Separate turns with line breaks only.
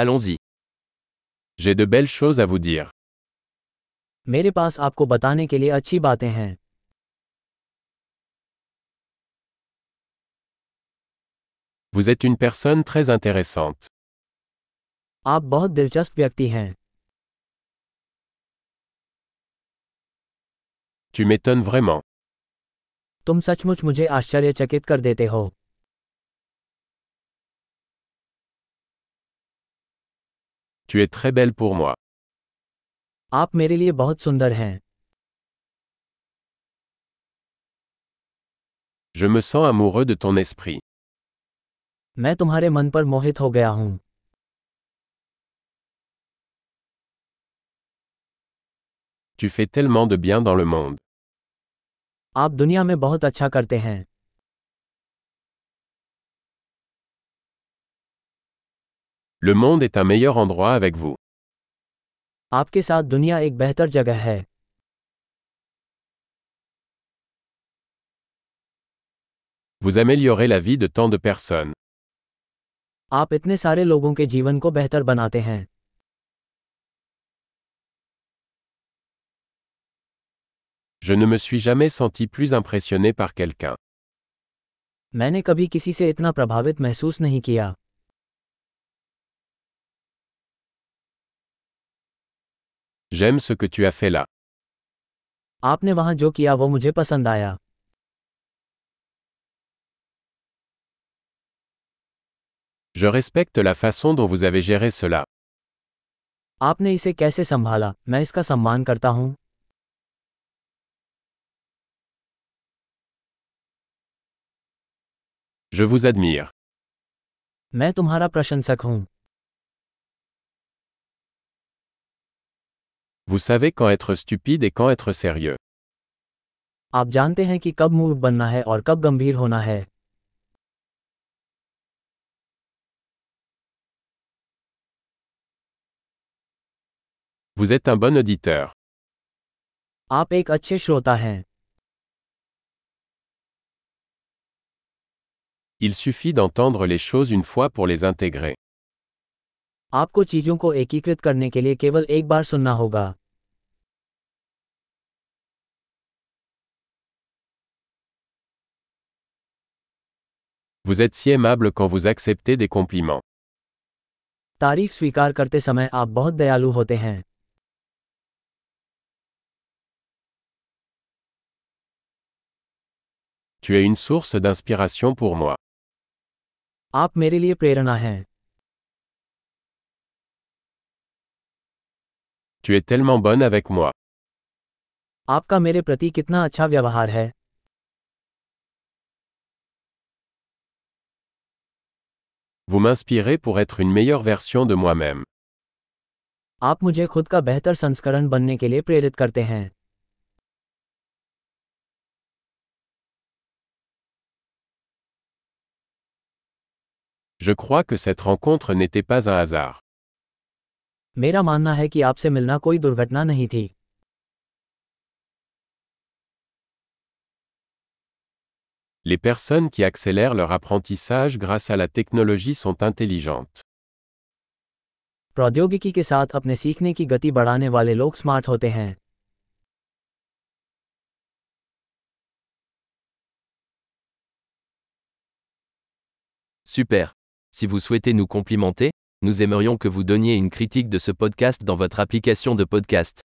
Allons-y. J'ai de belles choses à vous dire.
मेरे पास आपको बताने के लिए अच्छी बातें हैं
Vous êtes une personne très intéressante.
आप बहुत दिलचस्प व्यक्ति हैं
Tu m'étonnes vraiment.
तुम सचमुच मुझे आश्चर्यचकित कर देते हो
Tu es très belle pour moi.
आप मेरे लिए बहुत सुंदर हैं
Je me sens amoureux de ton esprit.
मैं तुम्हारे मन पर मोहित हो गया हूँ
Tu fais tellement de bien dans le monde.
आप दुनिया में बहुत अच्छा करते हैं
Le monde est un meilleur endroit avec vous.
आपके साथ दुनिया एक बेहतर जगह है
Vous améliorez la vie de tant de personnes.
आप इतने सारे लोगों के जीवन को बेहतर बनाते हैं
Je ne me suis jamais senti plus impressionné par quelqu'un.
मैंने कभी किसी से इतना प्रभावित महसूस नहीं किया
J'aime ce que tu as fait là.
आपने वहाँ जो किया वो मुझे पसंद आया
Je respecte la façon dont vous avez géré cela.
आपने इसे कैसे संभाला मैं इसका सम्मान करता हूँ
Je vous admire.
मैं तुम्हारा प्रशंसक हूँ
Vous savez quand être stupide et quand être sérieux.
आप जानते हैं कि कब मूर्ख बनना है और कब गंभीर होना है
Vous êtes un bon auditeur.
आप एक अच्छे श्रोता हैं
Il suffit d'entendre les choses une fois pour les intégrer.
आपको चीजों को एकीकृत करने के लिए केवल एक बार सुनना होगा
Vous êtes si aimable quand vous acceptez des compliments.
तारीफ स्वीकार करते समय आप बहुत दयालु होते हैं
Tu es une source d'inspiration pour moi.
आप मेरे लिए प्रेरणा हैं
Tu es tellement bonne avec moi.
आपका मेरे प्रति कितना अच्छा व्यवहार है
Vous m'inspirez pour être une meilleure version de moi-même.
आप मुझे खुद का बेहतर संस्करण बनने के लिए प्रेरित करते हैं
Je crois que cette rencontre n'était pas un hasard.
मेरा मानना है कि आपसे मिलना कोई दुर्घटना नहीं थी
Les personnes qui accélèrent leur apprentissage grâce à la technologie sont intelligentes.
प्रौद्योगिकी के साथ अपने सीखने की गति बढ़ाने वाले लोग स्मार्ट होते हैं
Super. Si vous souhaitez nous complimenter, nous aimerions que vous donniez une critique de ce podcast dans votre application de podcast.